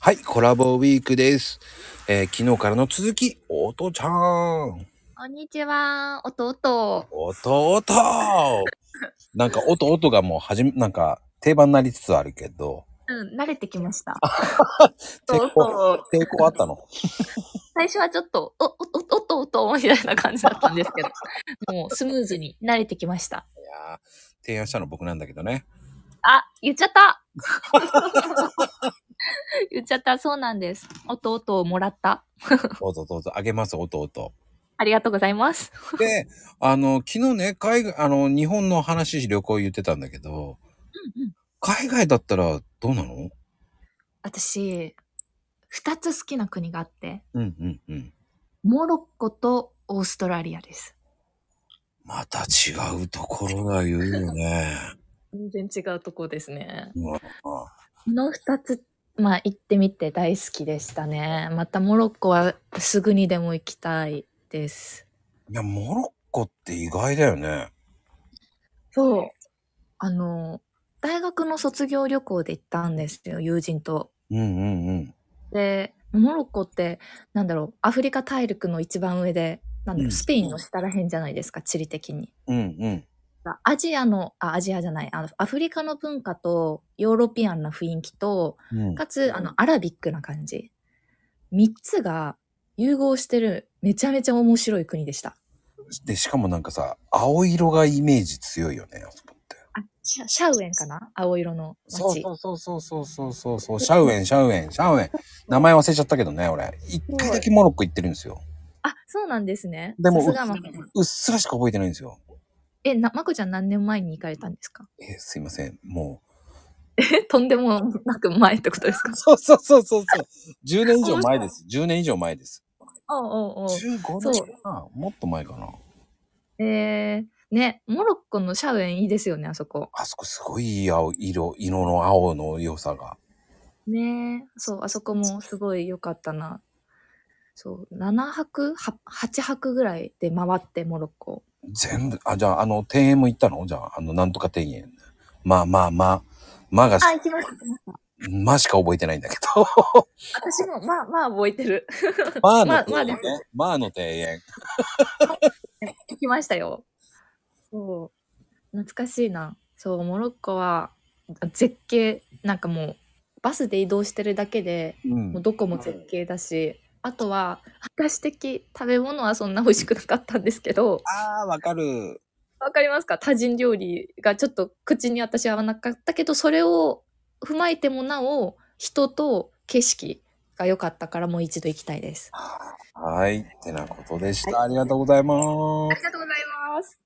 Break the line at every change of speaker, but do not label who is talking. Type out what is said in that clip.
はい、コラボウィークです。えー、昨日からの続き、おとちゃん。
こんにちは、おとおと。
おとおとなんか、おとおとがもう、はじめ、なんか、定番になりつつあるけど。
うん、慣れてきました。
抵抗、抵抗あったの
最初はちょっと、お、お、お、おとおと、みたいな感じだったんですけど、 もうスムーズに慣れてきました。
いや提案したの僕なんだけどね。
あ、言っちゃった 言っちゃった、そうなんです。弟をもらった。
どうぞどうぞ、あげます、弟。
ありがとうございます。
で、あの、昨日ね、海外、あの、日本の話、旅行言ってたんだけど、うんうん、海外だったらどうなの
私、二つ好きな国があって、
うんうんうん。
モロッコとオーストラリアです。
また違うところが言うよね。
全然違うとこですね。この2つ、まあ行ってみて大好きでしたね。またモロッコはすぐにでも行きたいです。
いや、モロッコって意外だよね。
そう。あの、大学の卒業旅行で行ったんですよ、友人と。
うんうんうん。
で、モロッコって、なんだろう、アフリカ大陸の一番上で、なんだろう、スペインの下らへんじゃないですか、地理的に。
うんうん。
アジアの、あ、アジアじゃない、あの、アフリカの文化と、ヨーロピアンな雰囲気と、うん、かつ、あの、アラビックな感じ。三つが融合してる、めちゃめちゃ面白い国でした。
で、しかもなんかさ、青色がイメージ強いよね、あそこって。
あ、シャシャウエンかな青色の
街。そうそうそうそうそうそうそう、シャウエン、シャウエン、シャウエン。名前忘れちゃったけどね、俺。一回だけモロッコ行ってるんですよ。
あ、そうなんですね。
でも、うっすらしか覚えてないんですよ。
え、な、まこちゃん何年前に行かれたんですか
えー、すいません、も
う。え、とんでもなく前ってことですか
そうそうそうそうそう。10年以上前です。10年以上前です。
おうおうおう。
15年かなもっと前かな。
えー、ね、モロッコのシャウエンいいですよね、あそこ。
あそこすごいいい青、色、色の青の良さが。
ねそう、あそこもすごい良かったな。そう、7泊 ?8 泊ぐらいで回って、モロッコ。
全部、あ、じゃあ、あの、庭園も行ったのじゃあ、あの、なんとか庭園。まあまあまあ、まあが。
あ、行きました
まあしか覚えてないんだけど。
私も、まあまあ覚えてる。
まあの庭園、ね。まあの庭園。
行きましたよ。そう。懐かしいな。そう、モロッコは、絶景、なんかもう、バスで移動してるだけで、うん、もうどこも絶景だし、あとは、私的食べ物はそんな美味しくなかったんですけど。
ああ、わかる。
わかりますか多人料理がちょっと口に私合わなかったけど、それを踏まえてもなお、人と景色が良かったからもう一度行きたいです。。
はい。ってなことでした。はい、ありがとうございます
ありがとうございます。